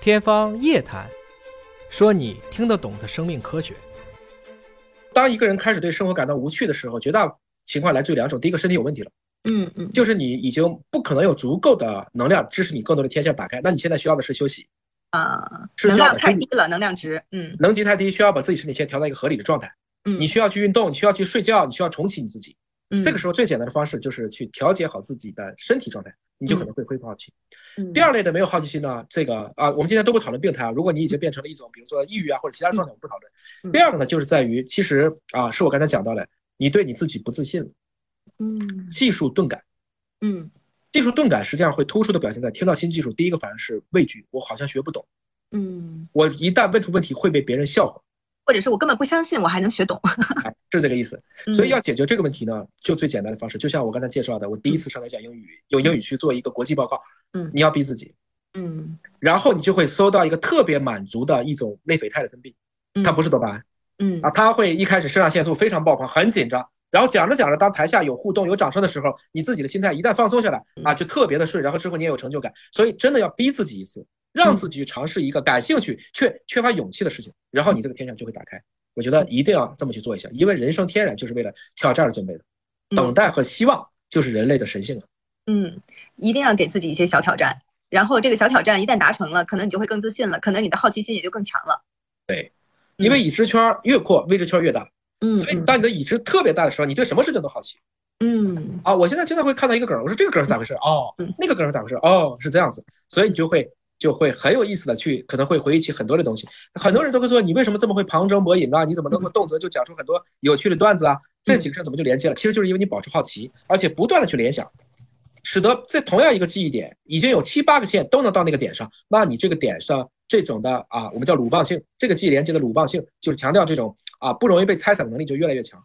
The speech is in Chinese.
天方夜谭，说你听得懂的生命科学。当一个人开始对生活感到无趣的时候，绝大情况来自于两种：第一个，身体有问题了，嗯嗯，就是你已经不可能有足够的能量支持你更多的天线打开，那你现在需要的是休息，啊，是能这样量的太就是低了，能量值，嗯能级太低，需要把自己身体线调到一个合理的状态。嗯，你需要去运动，你需要去睡觉，你需要重启你自己。这个是时候最简单的方式就是去调节好自己的身体状态，你就可能会恢复好奇。第二，二类的没有好奇心呢，这个啊，我们今天都不讨论病态啊。如果你已经变成了一种，比如说抑郁啊或者其他状态，我们不讨嗯论。第二个呢，就是在于其实啊，是我刚才讲到的，你对你自己不自信了，嗯技术钝感。嗯技术钝感实际上会突出的表现在听到新技术，第一个反应是畏惧，我好像学不懂，嗯，我一旦问出问题会被别人笑话，或者是我根本不相信我还 能学懂，哎，是这个意思。所以嗯要解决这个问题呢，就最简单的方式，就像我刚才介绍的，我第一次上台讲英语，用英语去做一个国际报告，嗯你要逼自己，嗯，然后你就会搜到一个特别满足的一种内啡肽的分泌，它不是是多巴胺。嗯啊，他会一开始肾上腺素非常爆棚，很紧张。然后讲着讲着，当台下有互动、有掌声的时候，你自己的心态一旦放松下来啊，就特别的顺。然后之后你也有成就感，所以真的要逼自己一次，让自己去尝试一个感兴趣却缺乏勇气的事情，然后你这个天象就会打开。我觉得一定要这么去做一下，因为人生天然就是为了挑战而准备的，等待和希望就是人类的神性了。嗯，一定要给自己一些小挑战，然后这个小挑战一旦达成了，可能你就会更自信了，可能你的好奇心也就更强了，因为已知圈儿越阔，未知圈儿越大，嗯所以当你的已知特别大的时候，你对什么事情都好奇。嗯啊，我现在经常会看到一个梗儿，我说这个梗儿是咋回事？哦嗯，那个梗儿是咋回事？哦，是这样子，所以你就会就会很有意思的去，可能会回忆起很多的东西。很多人都会说，你为什么这么会旁征博引呢？你怎么能够动辄就讲出很多有趣的段子啊？这几个事儿怎么就连接了？其实就是因为你保持好奇，而且不断的去联想，使得在同样一个记忆点，已经有七八个线都能到那个点上，那你这个点上这种的啊，我们叫鲁棒性，这个记忆连接的鲁棒性，就是强调这种啊不容易被拆散的能力就越来越强。